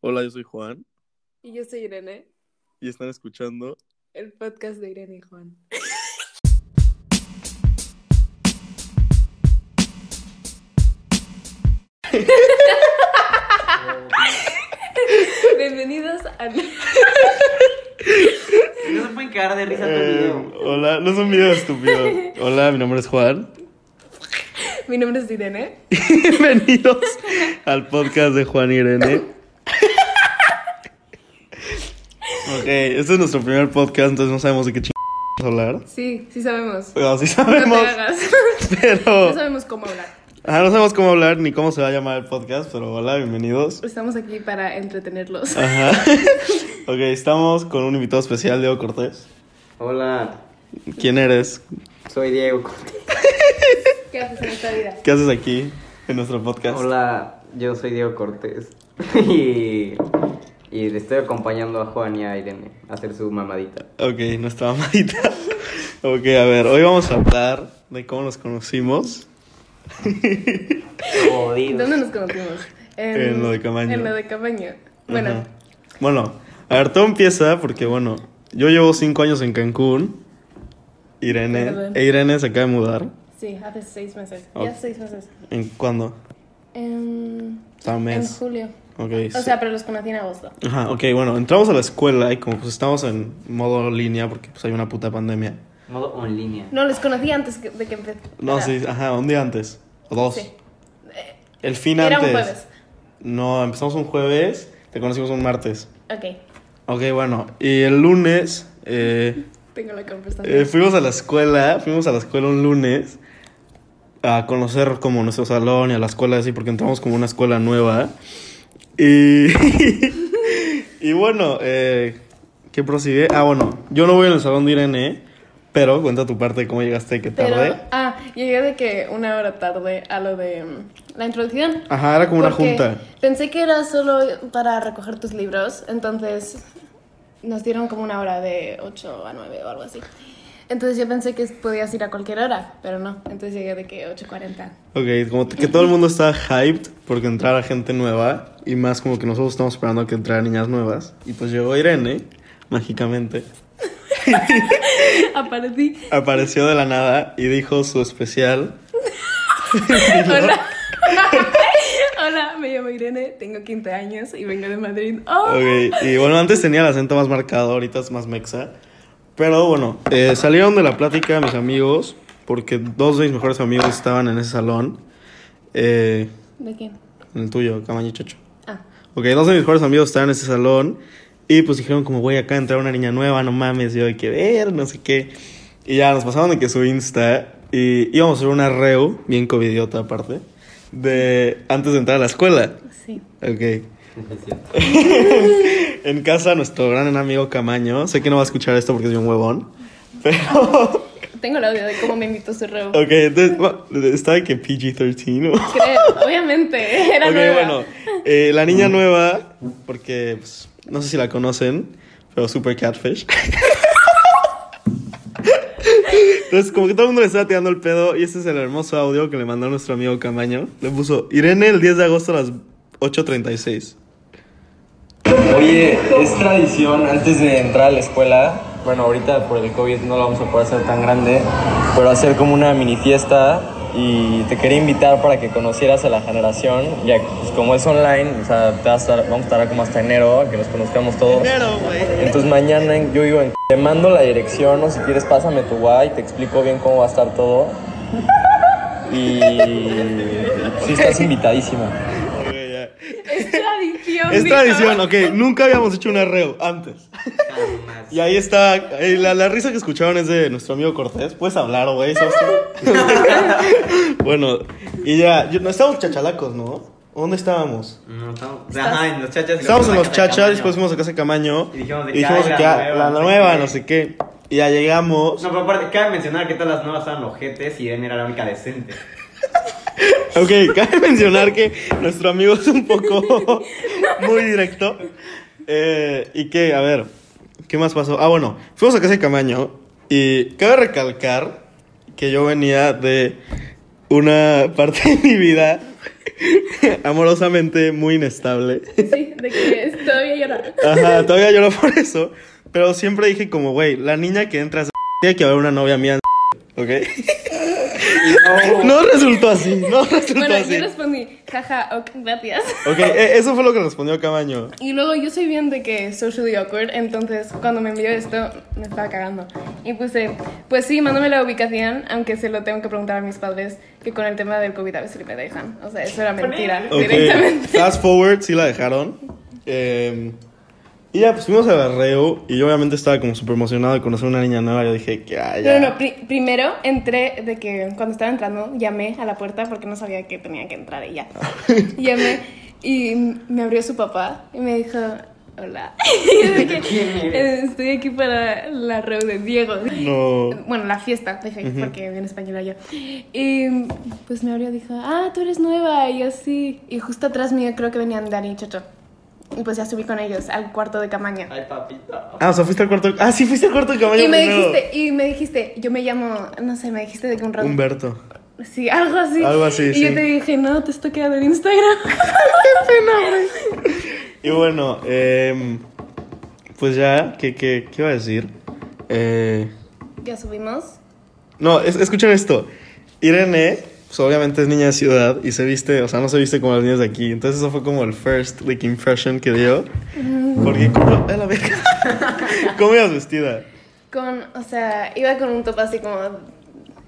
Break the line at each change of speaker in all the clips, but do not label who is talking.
Hola, yo soy Juan
Y yo soy Irene,
y están escuchando.
el podcast de Irene y Juan. Bienvenidos a...
No se pueden quedar de risa todo el
Eh,
video.
hola, no es un video estúpido. Hola, mi nombre es Juan.
Mi nombre es Irene.
Bienvenidos al podcast de Juan y Irene. ok, este es nuestro primer podcast, entonces no sabemos de qué chingados vamos a hablar.
Sí, sí sabemos.
Pero sí
No te
sabemos,
hagas. No
pero.
sabemos cómo hablar.
Ah, no sabemos cómo hablar ni cómo se va a llamar el podcast, pero hola, bienvenidos.
Estamos aquí para entretenerlos.
Ajá. ok, estamos con un invitado especial, Diego Cortés.
Hola,
¿Quién eres?
soy Diego.
¿Qué haces en esta vida?
¿Qué haces aquí en nuestro podcast?
Hola, yo soy Diego Cortés. Y, y le estoy acompañando a Juan y a Irene a hacer su mamadita.
Ok, nuestra amadita. Ok, a ver, hoy vamos a hablar de cómo nos conocimos.
Jodido.
¿Dónde nos conocimos?
En lo de Camaño.
En lo de Camaño. Bueno,
Ajá. Bueno, a ver, todo empieza porque, bueno, yo llevo cinco años en Cancún. Irene,
Perdón.
e Irene se acaba de mudar.
sí, hace seis meses.
Ok.
Ya hace seis meses.
¿En cuándo?
En,
Tal
en
mes.
julio.
Ok, sí.
O sea, pero los conocí en agosto.
Ajá, ok, bueno, entramos a la escuela y como pues estamos en modo línea porque pues hay una puta pandemia.
Modo en línea.
No, los conocí antes que- de que empecé.
No,
Era-
sí, ajá, un día antes. O dos.
Sí.
El fin
Era un
antes.
jueves.
No, empezamos un jueves, te conocimos un martes.
Ok,
Ok, bueno, y el lunes eh,
tengo la conversación.
eh, fuimos a la escuela, fuimos a la escuela un lunes a conocer como nuestro salón y a la escuela así, porque entramos como una escuela nueva. Y, y bueno, eh, ¿qué prosigue? Ah, bueno, yo no voy en el salón de Irene, pero cuenta tu parte de cómo llegaste, qué
pero,
tarde.
ah, llegué de que una hora tarde a lo de mm, la introducción.
Ajá, era como una
Porque
junta.
Pensé que era solo para recoger tus libros, entonces nos dieron como una hora de 8 a 9 o algo así. Entonces yo pensé que podías ir a cualquier hora, pero no. Entonces llegué de que 8.40.
Ok, como que todo el mundo está hyped porque entrara gente nueva y más como que nosotros estamos esperando a que entraran niñas nuevas. Y pues llegó Irene, mágicamente.
Aparecí.
Apareció de la nada y dijo su especial.
Hola. Hola, me llamo Irene, tengo 15 años y vengo de Madrid. ¡Oh!
Ok, y bueno, antes tenía el acento más marcado, ahorita es más mexa. Pero bueno, eh, salieron de la plática mis amigos porque dos de mis mejores amigos estaban en ese salón. Eh,
¿De quién?
en el tuyo, Camaño y Checho.
Ah,
Ok, dos de mis mejores amigos estaban en ese salón y pues dijeron como, güey, acá entra una niña nueva, no mames, yo hay que ver, no sé qué. Y ya nos pasaron de que su Insta y íbamos a hacer una reu, bien covidiota aparte, de antes de entrar a la escuela.
sí.
Ok.
Es cierto.
En casa nuestro gran amigo Camaño, sé que no va a escuchar esto porque es un huevón, pero...
Tengo el audio de cómo me invitó su reo.
Ok, entonces, bueno, está de que PG-13 o-
Creo, obviamente. Era
ok,
nueva.
bueno. eh, la niña nueva, porque pues, no sé si la conocen, pero Super Catfish. Entonces, como que todo el mundo le estaba tirando el pedo, y este es el hermoso audio que le mandó nuestro amigo Camaño. Le puso Irene el 10 de agosto a las 8.36.
Oye, es tradición antes de entrar a la escuela. Bueno, ahorita por el COVID no lo vamos a poder hacer tan grande, pero hacer como una mini fiesta. Y te quería invitar para que conocieras a la generación. Ya, pues como es online, o sea, te vas a estar- vamos a estar como hasta enero, a que nos conozcamos todos.
Pero, güey.
Entonces mañana en- yo vivo en... Te mando la dirección o si quieres pásame tu guay, te explico bien cómo va a estar todo. Y... si estás invitadísima.
Es tradición.
Es
dijo.
tradición, ok. Nunca habíamos hecho un arreo antes.
Jamás.
Y ahí está. eh, la, la risa que escucharon es de nuestro amigo Cortés. Puedes hablar, güey. ¿sabes qué? bueno, y ya. yo- no, estábamos chachalacos, ¿no? ¿Dónde estábamos?
No, estamos. Ajá, en los chachas.
Estábamos en los chachas, pues, después
después
fuimos a casa de Camaño.
Y dijimos de que,
dijimos
ay,
que, ah, la nueva, no sé qué. Y ya llegamos.
No, pero aparte, cabe mencionar que todas las nuevas eran ojetes y Irene era la única decente.
Ok, cabe mencionar que nuestro amigo es un poco muy directo. Eh, y que, a ver, ¿qué más pasó? Ah, bueno, fuimos a casa de Camaño y cabe recalcar que yo venía de una parte de mi vida amorosamente muy inestable.
Sí, de que es- llora.
Ajá, todavía lloro por eso. Pero siempre dije como, güey, la niña que entra a tiene que haber una novia mía en ¿ok? No resultó así, no resultó
Bueno,
así.
yo respondí, jaja, ok, gracias.
Ok, e- eso fue lo que respondió Camaño.
Y luego yo soy bien de que socially awkward, entonces cuando me envió esto me estaba cagando. Y puse, pues sí, mándame la ubicación, aunque se lo tengo que preguntar a mis padres, que con el tema del COVID a veces me dejan. O sea, eso era mentira,
Ok,
directamente.
fast forward, sí la dejaron. Eh, y ya, pues fuimos a la Reu y yo obviamente estaba como súper emocionado de conocer una niña nueva. Yo dije, que ay,
No,
ya.
no, no, pri- primero entré de que cuando estaba entrando llamé a la puerta porque no sabía que tenía que entrar ella. llamé y me abrió su papá y me dijo, hola. Y yo de que,
¿Quién eres?
"Eh, estoy aquí para la reunión de Diego.
No.
Bueno, la fiesta, dije, porque en español yo. Y pues me abrió y dijo, ah, tú eres nueva. Y yo sí. Y justo atrás mío creo que venían Dani y Chocho. Y pues ya subí con ellos al cuarto de Camaña.
Ay, papita.
Ah, o sea, fuiste al cuarto. Ah, sí, fuiste al cuarto de Camaño.
Y me
primero.
dijiste, y me dijiste, yo me llamo, no sé, me dijiste de que un rato.
Humberto.
Sí, algo así.
Algo así,
Y
sí.
yo te dije, no, te estoy quedando en Instagram.
Y bueno, em, pues ya, ¿qué, qué, qué iba a decir? Eh,
ya subimos.
no, es- escuchen esto. Irene, pues obviamente es niña de ciudad y se viste, o sea, no se viste como las niñas de aquí. Entonces eso fue como el first like impression que dio. Porque, ¿cómo, a la verga. ¿Cómo ibas vestida?
Con, o sea, iba con un top así como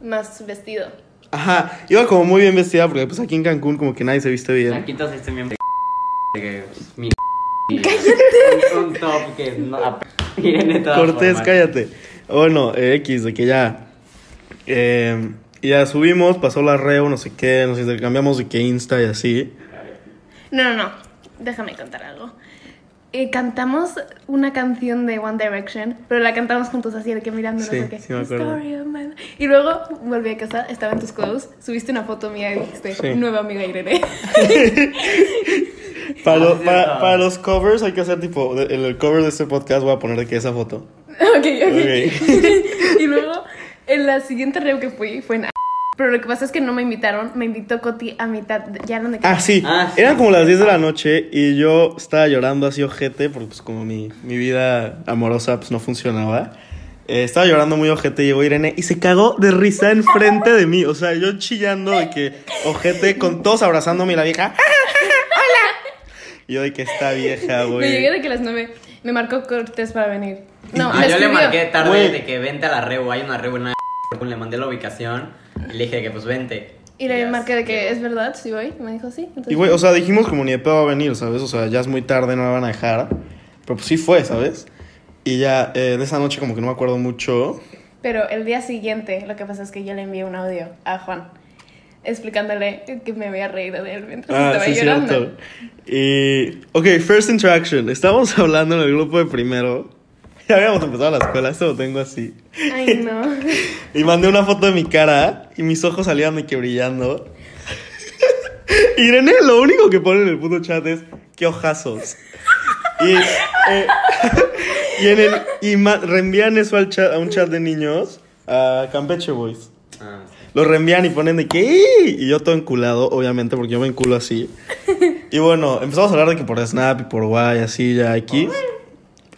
más vestido.
Ajá, iba como muy bien vestida porque pues aquí en Cancún como que nadie se viste bien.
Aquí todos están bien. de que pues, Mi. ¡Cállate! Un top que no. Irene toda
Cortés,
formal.
cállate. Bueno, eh, X, de que ya. eh, y ya subimos, pasó la reo, no sé qué, nos intercambiamos de que Insta y así.
No, no, no. Déjame contar algo. Eh, cantamos una canción de One Direction, pero la cantamos juntos así, de que mirando,
Sí,
no sé qué.
sí me
The
acuerdo.
story of my life. Y luego volví a casa, estaba en tus clothes, subiste una foto mía y dijiste,
Sí.
nueva amiga Irene.
Para, lo-
Ah, sí,
para,
está.
para los covers hay que hacer tipo, de- en el cover de este podcast voy a poner de que esa foto.
Ok, ok.
Ok.
y luego, en la siguiente reo que fui fue en A- Pero lo que pasa es que no me invitaron, me invitó Coti a mitad, de- ya no me
Ah, sí.
Ah, sí.
Eran como las 10 de la noche y yo estaba llorando así ojete porque pues como mi, mi vida amorosa pues no funcionaba. Eh, estaba llorando muy ojete, llegó Irene y se cagó de risa enfrente de mí. O sea, yo chillando de que ojete con todos abrazándome y la vieja. "Ah, ah, Hola. Y yo de que esta vieja,
Me llegué
güey.
de que a las 9 me marcó Cortés para venir. No,
Ah,
me
yo le
escribió.
marqué tarde
Güey.
de que vente a la Reu, hay una Reu en la le mandé la ubicación y le dije que pues vente.
Y le
ya
marqué de que
llegó.
es verdad, sí voy. Y me dijo sí. Entonces,
Y güey, o sea, dijimos como ni de pedo va a venir, ¿sabes? O sea, ya es muy tarde, no la van a dejar. Pero pues sí fue, ¿sabes? Y ya eh, de esa noche como que no me acuerdo mucho.
Pero el día siguiente, lo que pasa es que yo le envié un audio a Juan explicándole que me había reído de él mientras
Ah,
estaba
sí,
llorando.
cierto. Y. Ok, first interaction. Estábamos hablando en el grupo de primero. Ya habíamos empezado la escuela, esto lo tengo así.
Ay, no.
Y mandé una foto de mi cara y mis ojos salían de que brillando. Irene, lo único que pone en el puto chat es: ¡Qué ojazos! Y. eh, y en el, y ma- reenvían eso al chat, a un chat de niños, a Campeche Boys.
Ah,
Lo reenvían y ponen de que. "Ih", Y yo todo enculado, obviamente, porque yo me enculo así. Y bueno, empezamos a hablar de que por Snap y por Y, así, ya aquí.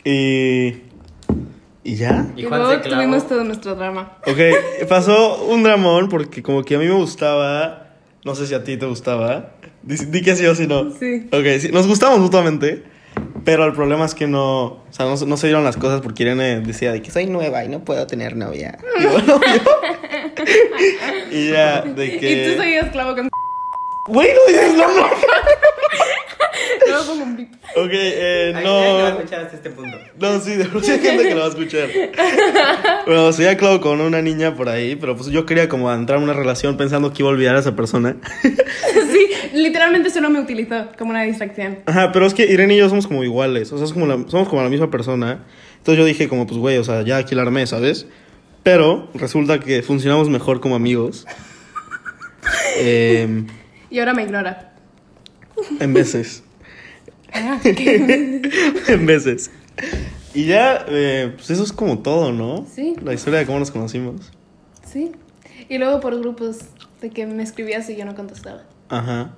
Y. Y ya.
sí.
Y,
Y Juan se
luego
clavó.
tuvimos todo nuestro drama.
Ok, pasó un dramón porque, como que a mí me gustaba. No sé si a ti te gustaba. Di, di que sí o si no.
Sí.
Ok, sí, nos gustamos mutuamente. Pero el problema es que no. O sea, no, se- no se dieron las cosas porque Irene decía de que soy nueva y no puedo tener novia. Y, bueno, yo- y ya, de que.
Y tú seguías clavo con.
Güey, no dices nombre.
Luego pongo un bip.
Ok, eh,
Ay, ya, ya
no.
escuchaste este punto.
No, sí, de verdad hay gente que lo va a escuchar. Bueno, soy a Clau con una niña por ahí, pero pues yo quería como entrar en una relación pensando que iba a olvidar a esa persona.
Sí, literalmente solo me utilizó como una distracción.
Ajá, pero es que Irene y yo somos como iguales, o sea, es como la- somos como la misma persona. Entonces yo dije como, pues güey, o sea, ya aquí la armé, ¿sabes? Pero resulta que funcionamos mejor como amigos. Em,
Y ahora me ignora.
En veces. en veces. Y ya, eh, pues eso es como todo, ¿no?
Sí.
La historia de cómo nos conocimos.
Sí. Y luego por grupos de que me escribías y yo no contestaba.
Ajá.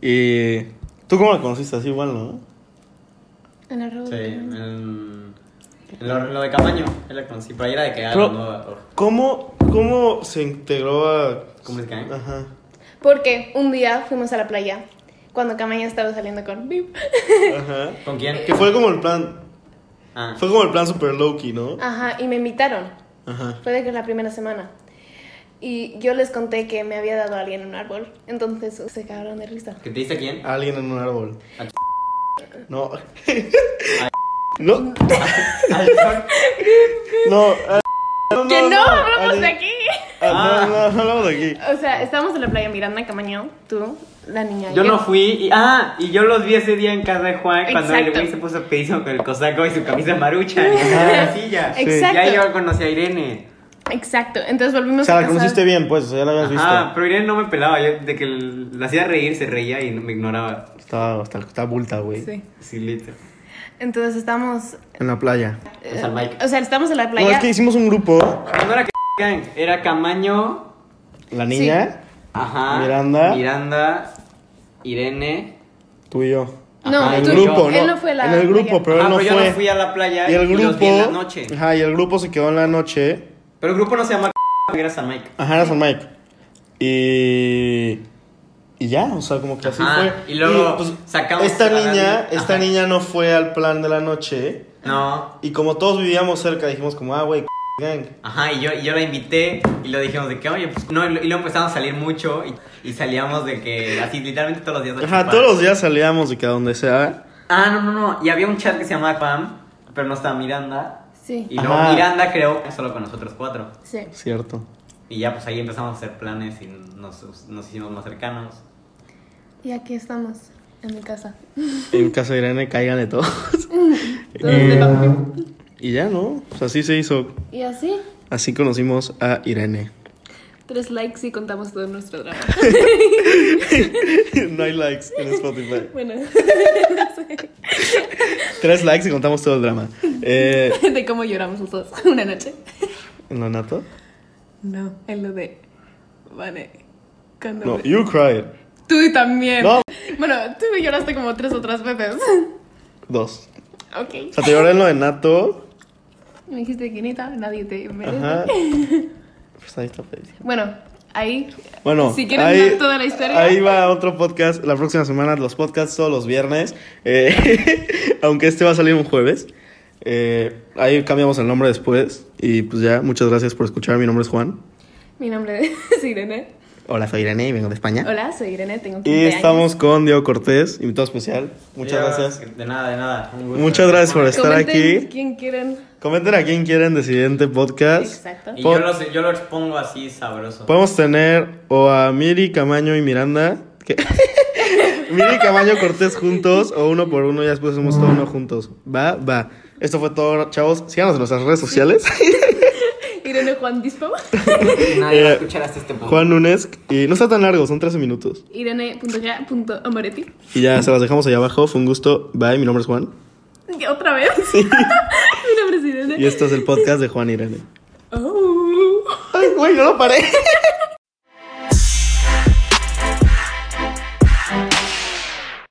Y tú cómo la conociste, así igual, ¿no?
En la ropa.
Sí, en, en lo, lo de Camaño, él la conocí, pero ahí era de
ah,
que
Pero-
era nueva,
oh,
o-
¿Cómo, ¿Cómo se integró a...?
¿Cómo es que? eh?
Ajá.
Porque un día fuimos a la playa cuando Camaña estaba saliendo con Bip.
Ajá.
¿Con quién?
Que fue como el plan...
Ah,
Fue como el plan super low-key, ¿no?
Ajá, y me invitaron.
Ajá.
Fue de que la primera semana. Y yo les conté que me había dado a alguien un árbol. Entonces uh, se cagaron de risa.
¿que te diste quién?
Alguien en un árbol.
Ah.
No. No.
Alison.
No. ah,
¡Que no, hablamos
alguien-
de aquí!
Ah, no, no, no hablamos de aquí.
O sea, estábamos en la playa Miranda Camaño, tú, la niña. y
Yo no fui, y, ah, y yo los vi ese día en casa de Juan cuando el
Exacto.
güey se puso pedido con el cosaco y su camisa marucha y la silla.
Exacto.
Ya yo conocí a Irene.
Exacto, entonces volvimos
O sea,
a
la
casa.
conociste bien, pues, o sea, ya la habías
Ah,
visto.
pero Irene no me pelaba, yo de que l- la hacía reír, se reía y me ignoraba.
Está, está, está bulta, güey.
Sí.
Sí, listo.
Entonces estamos. eh,
En la playa.
O sea, Mike.
O sea, estamos en la
No,
playa.
es que hicimos un grupo.
No era que gang, era Camaño,
La niña,
ajá.
Miranda.
Miranda, Irene.
tú y yo.
No,
Ajá,
en
tú-
el grupo, ¿no?
él no fue a la
En el grupo,
playa.
pero
ah,
él no
pero yo
fue.
no fui a la playa
y el grupo.
los vi en la noche.
Ajá, y el grupo se quedó en la noche.
Pero el grupo no se llama era San Mike.
Ajá, era San Mike. Y. Y ya, o sea, como que así
Ajá,
fue. pues,
y luego sacamos
Esta
a la
niña,
niña,
esta
ajá.
niña no fue al plan de la noche.
No.
Y como todos vivíamos cerca, dijimos, como, ah, güey, c- gang.
Ajá, y yo, y yo la invité y lo dijimos de que, oye, pues no, y lo- y luego empezamos a salir mucho y, y salíamos de que así literalmente todos los días. a
Ajá,
chupar.
todos los días salíamos de que a donde sea.
Ah, no, no, no. Y había un chat que se llamaba Pam, pero no estaba Miranda.
Sí.
Y luego
Ajá.
Miranda creó solo con nosotros cuatro.
Sí.
Cierto.
Y ya pues ahí empezamos a hacer planes y nos, nos hicimos más cercanos.
Y aquí estamos, en mi casa.
En casa de Irene, cáiganle todos.
Todos de papel.
y ya, ¿no? Pues así se hizo.
Y así,
Así conocimos a Irene.
tres likes y contamos todo nuestro drama.
no hay likes en Spotify.
bueno,
Tres likes y contamos todo el drama. Eh,
de cómo lloramos los dos una noche.
¿En lo nato?
No, es lo de. Vale. Cuando
No, you cried.
Tú también.
No.
Bueno, tú lloraste como tres otras veces.
Dos. O
ok.
sea, te lloré en lo de nato.
Me dijiste que Nita, nadie te merece.
Ajá. Pues ahí está. pues.
Bueno, ahí.
Bueno,
Si quieren
ahí-
ver toda la historia.
Ahí va otro podcast. La próxima semana, los podcasts todos los viernes. Eh, aunque este va a salir un jueves. Eh, ahí cambiamos el nombre después. Y pues ya, muchas gracias por escuchar. Mi nombre es Juan.
Mi nombre es Irene.
Hola, soy Irene y vengo de España.
Hola, soy Irene, tengo 15
Y
años.
estamos con Diego Cortés, invitado especial. Muchas
Adiós.
gracias.
De nada, de nada. Un gusto.
Muchas gracias por estar
Comenten
aquí.
¿Quién quieren?
Comenten a quién quieren de siguiente podcast.
Exacto.
Y yo, los- yo lo expongo así sabroso.
Podemos tener o a Miri, Camaño y Miranda. que- Miri, Camaño, Cortés juntos o uno por uno, ya después hacemos todo uno juntos. Va, va. Esto fue todo, chavos. Síganos en nuestras redes sociales.
Irene Juan Dispo.
Nadie va a
Eh,
escuchar hasta este punto.
Juan Nunes. Y no está tan largo, son 13 minutos.
Irene.ga.amoretti.
Y ya se las dejamos allá abajo. Fue un gusto. Bye, mi nombre es Juan.
¿Otra vez? Mi nombre es Irene.
este Y esto es el podcast de Juan y Irene.
Oh.
Ay, güey, no lo paré.